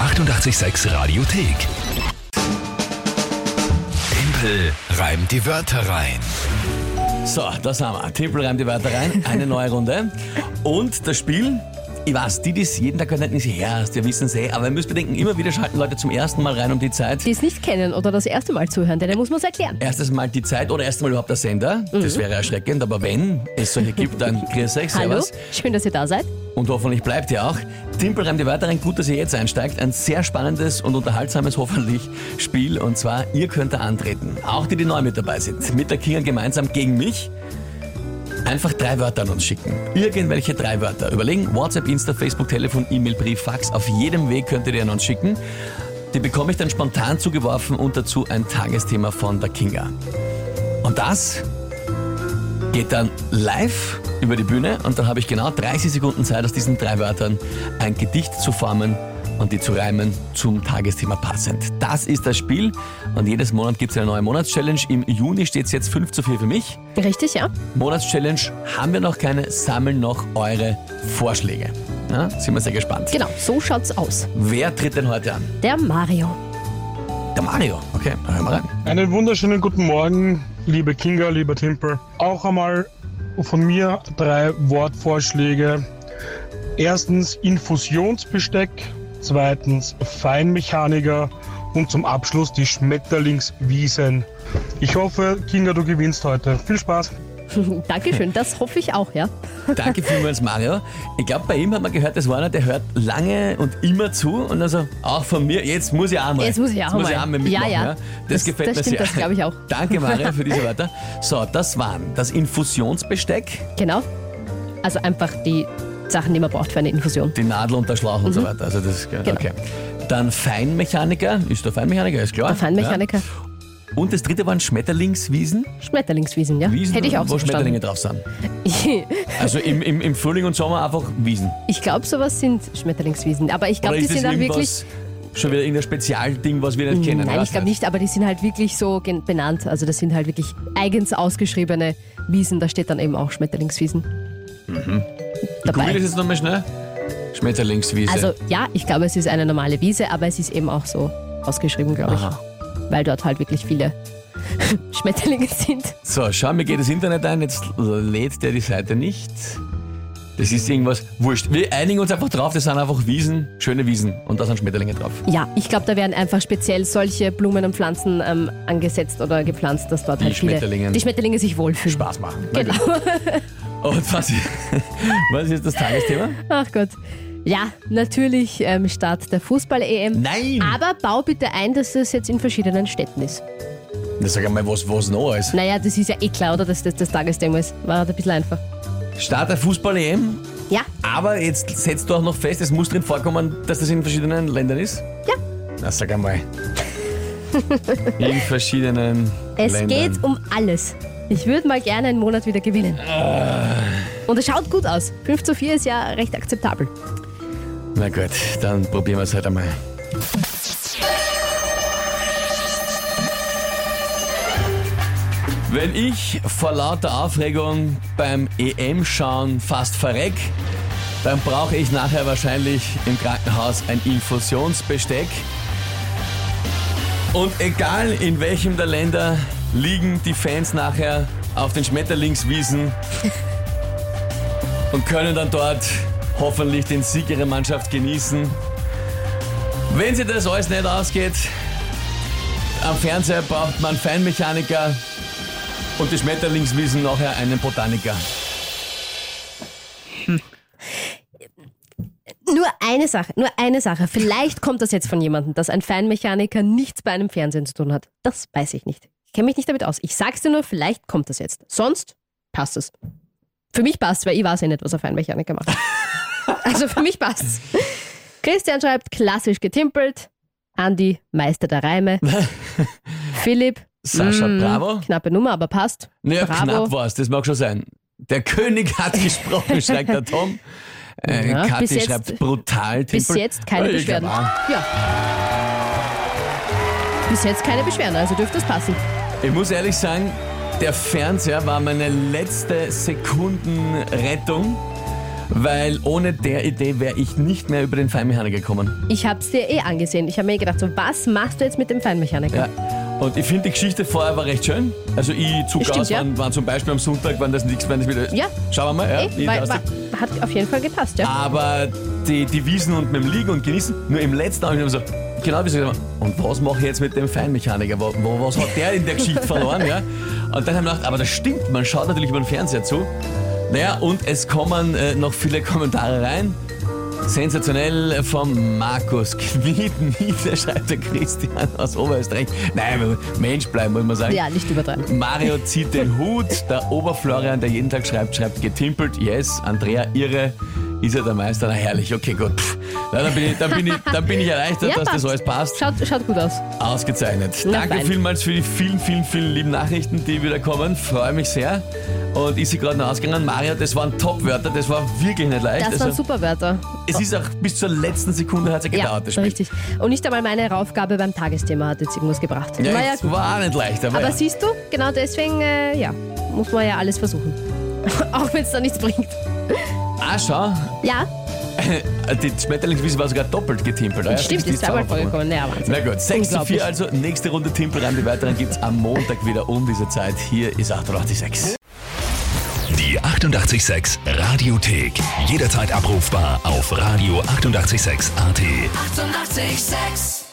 886 Radiothek. Tempel reimt die Wörter rein. So, das haben wir. Tippel reimt die Wörter rein. Eine neue Runde. Und das Spiel, ich weiß, die, die es jeden Tag gehört hätten, ist ja, wir wissen es eh. Aber ihr müsst bedenken, immer wieder schalten Leute zum ersten Mal rein um die Zeit. die es nicht kennen oder das erste Mal zuhören, denn der muss man es erklären. Erstes Mal die Zeit oder erstmal überhaupt der Sender. Das wäre erschreckend, aber wenn es solche gibt, dann grüß euch, Hallo, servus. schön, dass ihr da seid. Und hoffentlich bleibt ihr auch. Timpel reimt die Wörter rein. Gut, dass ihr jetzt einsteigt. Ein sehr spannendes und unterhaltsames, hoffentlich, Spiel. Und zwar, ihr könnt da antreten. Auch die, die neu mit dabei sind. Mit der Kinga gemeinsam gegen mich. Einfach drei Wörter an uns schicken. Irgendwelche drei Wörter. Überlegen, WhatsApp, Insta, Facebook, Telefon, E-Mail, Brief, Fax. Auf jedem Weg könnt ihr die an uns schicken. Die bekomme ich dann spontan zugeworfen und dazu ein Tagesthema von der Kinga. Und das geht dann live über die Bühne und dann habe ich genau 30 Sekunden Zeit, aus diesen drei Wörtern ein Gedicht zu formen und die zu reimen zum Tagesthema passend. Das ist das Spiel und jedes Monat gibt es eine neue Monatschallenge. Im Juni steht es jetzt 5 zu 4 für mich. Richtig, ja? Monatschallenge haben wir noch keine, sammeln noch eure Vorschläge. Ja, sind wir sehr gespannt. Genau, so schaut's aus. Wer tritt denn heute an? Der Mario. Der Mario. Okay, dann hören wir rein. Einen wunderschönen guten Morgen, liebe Kinga, lieber Timpel. Auch einmal von mir drei Wortvorschläge. Erstens Infusionsbesteck, zweitens Feinmechaniker und zum Abschluss die Schmetterlingswiesen. Ich hoffe, Kinga, du gewinnst heute. Viel Spaß! Dankeschön, das hoffe ich auch, ja? Danke vielmals, Mario. Ich glaube, bei ihm hat man gehört, das war einer, der hört lange und immer zu und also auch von mir, jetzt muss ich auch mal. Jetzt muss ich auch jetzt muss Ich mal. auch mal mitmachen, Ja, ja. Das, Das- gefällt das mir stimmt, sehr. das glaub ich auch. Danke, Mario, für diese Wörter. So, das waren das Infusionsbesteck, Genau. Also einfach die Sachen, die man braucht für eine Infusion. die Nadel und der Schlauch und so Mhm. weiter. Also das, genau. okay. Dann Feinmechaniker, ist der Feinmechaniker, ist klar. Der Feinmechaniker. Ja. Und das dritte waren Schmetterlingswiesen. Schmetterlingswiesen, ja? Wiesen, Hätte ich auch wo so Schmetterlinge verstanden. drauf sind. Also im, im, im Frühling und Sommer einfach Wiesen. Ich glaube, sowas sind Schmetterlingswiesen. Aber ich glaube, Oder die ist das sind auch wirklich. irgendwas, schon wieder irgendein Spezialding, was wir nicht kennen? Nein, Weiß ich glaube nicht, aber die sind halt wirklich so gen- benannt. Also das sind halt wirklich eigens ausgeschriebene Wiesen. Da steht dann eben auch Schmetterlingswiesen. Mhm. Google das Dabei. jetzt nochmal schnell. Schmetterlingswiese. Also ja, ich glaube, es ist eine normale Wiese, aber es ist eben auch so ausgeschrieben, glaube Aha. ich. Weil dort halt wirklich viele Schmetterlinge sind. so, schau, mir geht das Internet ein, jetzt lädt der die Seite nicht. Das ist irgendwas, wurscht. Wir einigen uns einfach drauf, das sind einfach Wiesen, schöne Wiesen und da sind Schmetterlinge drauf. Ja, ich glaube, da werden einfach speziell solche Blumen und Pflanzen ähm, angesetzt oder gepflanzt, dass dort Die halt viele Schmetterlinge. die Schmetterlinge sich wohlfühlen. Spaß machen. Na Genau. gut. Und was, was ist das Tagesthema? Ach Gott. Ja, natürlich ähm, Start der Fußball-EM. Nein! Aber bau bitte ein, dass es jetzt in verschiedenen Städten ist. Na, sag einmal, was, was noch alles? Naja, das ist ja eh klar, oder? Dass das das Tagesthema ist. War halt ein bisschen einfach. Start der Fußball-EM, Ja, aber jetzt setzt du auch noch fest, es muss drin vorkommen, dass das in verschiedenen Ländern ist? Ja. Na, sag einmal. In verschiedenen es Ländern. geht um alles. Ich würde mal gerne einen Monat wieder gewinnen. Und es schaut gut aus. 5 zu 4 ist ja recht akzeptabel. Na gut, dann probieren wir es halt einmal. Wenn ich vor lauter Aufregung beim EM-Schauen fast verreck, dann brauche ich nachher wahrscheinlich im Krankenhaus ein Infusionsbesteck. Und egal in welchem der Länder liegen die Fans nachher auf den Schmetterlingswiesen und können dann dort hoffentlich den Sieg ihrer Mannschaft genießen. Wenn sie das alles nicht ausgeht, am Fernseher braucht man Feinmechaniker und die Schmetterlingswiesen nachher einen Botaniker. Nur eine Sache, nur eine Sache. Vielleicht kommt das jetzt von jemandem, dass ein Feinmechaniker nichts bei einem Fernsehen zu tun hat. Das weiß ich nicht. Ich kenne mich nicht damit aus. Ich sag's dir nur, vielleicht kommt das jetzt. Sonst passt es. Für mich passt weil ich weiß ja nicht, was ein Feinmechaniker macht. also für mich passt's. Christian schreibt, klassisch getimpelt. Andi, Meister der Reime. Philipp, Sascha mm, Bravo. knappe Nummer, aber passt. Naja, Bravo. knapp war's, das mag schon sein. Der König hat gesprochen, schreibt der Tom. Äh, Ja, bis Kathi jetzt- schreibt brutal. Bis Timpel. jetzt keine Ja, ich Beschwerden. glaub auch. Ja. Bis jetzt keine Beschwerden, also dürfte es passen. Ich muss ehrlich sagen, der Fernseher war meine letzte Sekundenrettung. weil ohne der Idee wäre ich nicht mehr über den Feinmechaniker gekommen. Ich hab's dir eh angesehen. Ich habe mir gedacht, so, was machst du jetzt mit dem Feinmechaniker? Ja. Und ich finde die Geschichte vorher war recht schön. Also ich zog Stimmt, aus, ja. waren, waren zum Beispiel am Sonntag, waren das nichts, waren das wieder. Ja. Schauen wir mal, ja. eh, die weil, Drastik. war, hat auf jeden Fall gepasst, ja. Aber die, die Wiesen und mit dem Liegen und Genießen, nur im letzten habe ich mir so, genau wie sie gesagt haben, und was mache ich jetzt mit dem Feinmechaniker? Wo, wo, was hat der in der Geschichte verloren? Ja? Und dann haben wir gedacht, aber das stimmt, man schaut natürlich über den Fernseher zu. Naja, und es kommen äh, noch viele Kommentare rein. Sensationell vom Markus Kniet, nieder, schreibt der Christian aus Oberösterreich. Nein, Mensch bleiben, muss man sagen. Ja, nicht übertreiben. Mario zieht den Hut, der Oberflorian, der jeden Tag schreibt, schreibt getimpelt, yes, Andrea irre, ist er der Meister, na herrlich, okay, gut. Pff. Na, dann, bin ich, dann, bin ich, dann bin ich erleichtert, Ja, dass das passt. alles passt. Schaut, schaut gut aus. Ausgezeichnet. Na, Danke fein. vielmals für die vielen, vielen, vielen lieben Nachrichten, die wieder kommen, freue mich sehr. Und ist sie gerade noch ausgegangen. Mario, das waren Top-Wörter, das war wirklich nicht leicht. Also, Das waren super Wörter. es ist auch bis zur letzten Sekunde hat es ja Ja, gedauert, das Spiel. richtig. Und nicht einmal meine Heraufgabe beim Tagesthema hat jetzt irgendwas gebracht. Ja, naja, es gut. war auch nicht leicht, aber, Aber ja. siehst du, genau deswegen, äh, ja, muss man ja alles versuchen. Auch wenn es da nichts bringt. Ah, schau, Ja, die Schmetterlingswiese war sogar doppelt getimpelt. Ah, ja, stimmt, die ist zweimal zweimal vorgekommen. Ja, Wahnsinn. Na gut, 6 zu Unglaublich. 4 also. Nächste Runde Timpelreim. Die weiteren gibt's am Montag wieder um diese Zeit. Hier ist 886. Die 886 Radiothek. Jederzeit abrufbar auf radio886.at. 886! 886. 886